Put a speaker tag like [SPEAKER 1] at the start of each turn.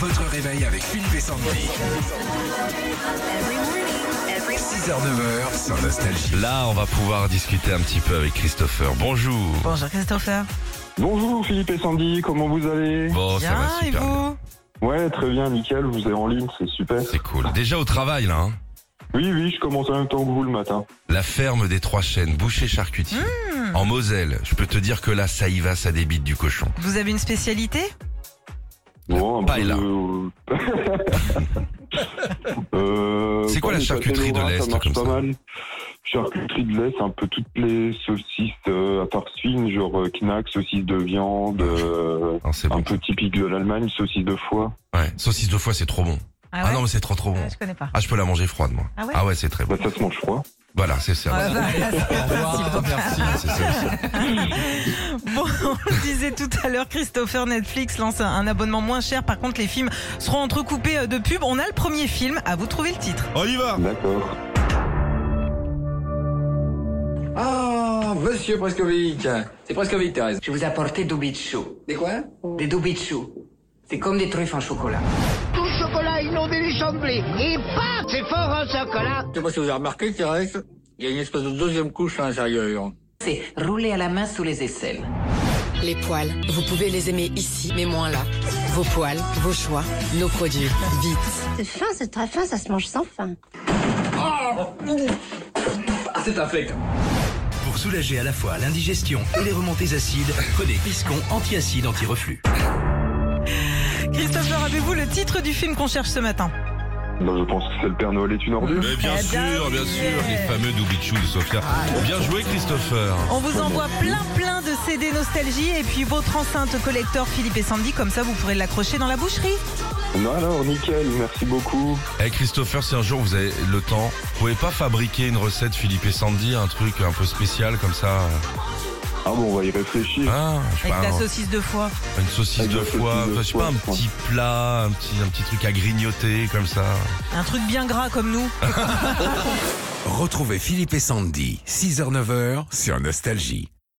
[SPEAKER 1] Votre réveil avec Philippe et Sandy. 6h-9h sur Nostalgie.
[SPEAKER 2] Là, on va pouvoir discuter un petit peu avec Christopher. Bonjour.
[SPEAKER 3] Bonjour Christopher.
[SPEAKER 4] Bonjour Philippe et Sandy, comment vous allez
[SPEAKER 2] Bon, Oh, ça va
[SPEAKER 3] Bien, et
[SPEAKER 2] super. bien.
[SPEAKER 3] vous
[SPEAKER 4] Ouais, très bien, nickel, vous êtes en ligne, c'est super.
[SPEAKER 2] C'est cool. Déjà au travail, là. hein.
[SPEAKER 4] Oui, oui, je commence en même temps que vous le matin.
[SPEAKER 2] La ferme des Trois Chênes, boucher charcutier.
[SPEAKER 3] Hmm.
[SPEAKER 2] En Moselle, je peux te dire que là, ça y va, ça débite du cochon.
[SPEAKER 3] Vous avez une spécialité
[SPEAKER 4] Bon, Oh, un
[SPEAKER 2] Pas
[SPEAKER 4] peu
[SPEAKER 2] là.
[SPEAKER 4] de- Euh,
[SPEAKER 2] C'est quoi
[SPEAKER 4] ouais,
[SPEAKER 2] la
[SPEAKER 4] les
[SPEAKER 2] charcuterie de
[SPEAKER 4] pâtés Laura,
[SPEAKER 2] l'Est,
[SPEAKER 4] Ça marche
[SPEAKER 2] comme
[SPEAKER 4] pas
[SPEAKER 2] ça
[SPEAKER 4] mal. Charcuterie de l'Est, un peu toutes les saucisses euh, à part fine, genre euh, knack, saucisses de viande, euh,
[SPEAKER 2] Non, c'est
[SPEAKER 4] un
[SPEAKER 2] bon.
[SPEAKER 4] peu typique de l'Allemagne, saucisses de foie.
[SPEAKER 2] Ouais. Saucisse de foie, c'est trop bon.
[SPEAKER 3] Ah
[SPEAKER 2] Ah,
[SPEAKER 3] ouais
[SPEAKER 2] non, mais c'est trop trop bon.
[SPEAKER 3] Ah, Je connais pas.
[SPEAKER 2] Ah, je peux la manger froide, moi.
[SPEAKER 3] Ah ouais
[SPEAKER 2] Ah ouais, c'est très bon.
[SPEAKER 4] Bah, ça se mange froid.
[SPEAKER 2] Voilà, c'est ça.
[SPEAKER 3] Ah, bah, là, c'est pas possible.
[SPEAKER 2] Merci. C'est ça aussi.
[SPEAKER 3] bah, Bon, on le disait tout à l'heure, Christopher Netflix lance un- un abonnement moins cher. Par contre, les films seront entrecoupés euh, de pubs. On a le premier film. À vous de trouver le titre.
[SPEAKER 2] On y va.
[SPEAKER 4] D'accord.
[SPEAKER 5] Ah, monsieur Preskovic C'est Preskovic, Thérèse.
[SPEAKER 6] Je vous ai apporté du bichou.
[SPEAKER 5] Des quoi
[SPEAKER 6] Des du bichou. C'est comme des truffes en chocolat.
[SPEAKER 7] tout le chocolat inondé les champs de blé. Et paf C'est fort en chocolat
[SPEAKER 5] Je sais pas si vous avez remarqué, Thérèse, il y a une espèce de deuxième couche à l'intérieur.
[SPEAKER 6] C'est roulé à la main sous les aisselles.
[SPEAKER 8] Les poils, vous pouvez les aimer ici, mais moins là. Vos poils, vos choix, nos produits. Vite.
[SPEAKER 7] C'est fin, c'est très fin, ça se mange sans fin.
[SPEAKER 5] Ah, c'est un fake
[SPEAKER 9] Pour soulager à la fois l'indigestion et les remontées acides, prenez Piscon anti-acide anti-reflux.
[SPEAKER 3] Christopher, avez-vous le titre du film qu'on cherche ce matin
[SPEAKER 4] Bah, je pense que c'est le Père Noël est une ordure.
[SPEAKER 2] Mais bien
[SPEAKER 3] Eh ben,
[SPEAKER 2] sûr, bien sûr,
[SPEAKER 3] yeah.
[SPEAKER 2] les fameux doubichous de Sofia.
[SPEAKER 9] Ah,
[SPEAKER 2] Bien joué, Christopher.
[SPEAKER 3] On vous envoie plein plein de CD Nostalgie et puis votre enceinte collector Philippe et Sandy. Comme ça, vous pourrez l'accrocher dans la boucherie.
[SPEAKER 4] Non, alors, nickel, merci beaucoup.
[SPEAKER 2] Eh Christopher, si un jour vous avez le temps, vous pouvez pas fabriquer une recette Philippe et Sandy, un truc un peu spécial comme ça
[SPEAKER 4] Ah bon, on va y réfléchir.
[SPEAKER 2] hein, je sais
[SPEAKER 3] Avec
[SPEAKER 2] pas,
[SPEAKER 3] la
[SPEAKER 2] un-
[SPEAKER 3] saucisse de foie.
[SPEAKER 2] Une saucisse
[SPEAKER 4] Avec
[SPEAKER 2] de
[SPEAKER 4] la saucisse
[SPEAKER 2] foie,
[SPEAKER 4] de
[SPEAKER 2] enfin, je sais pas, un
[SPEAKER 4] foie, je
[SPEAKER 2] petit plat, un petit, un petit truc à grignoter comme ça.
[SPEAKER 3] Un truc bien gras comme nous.
[SPEAKER 1] Retrouvez Philippe et Sandy, 6h-9h sur Nostalgie.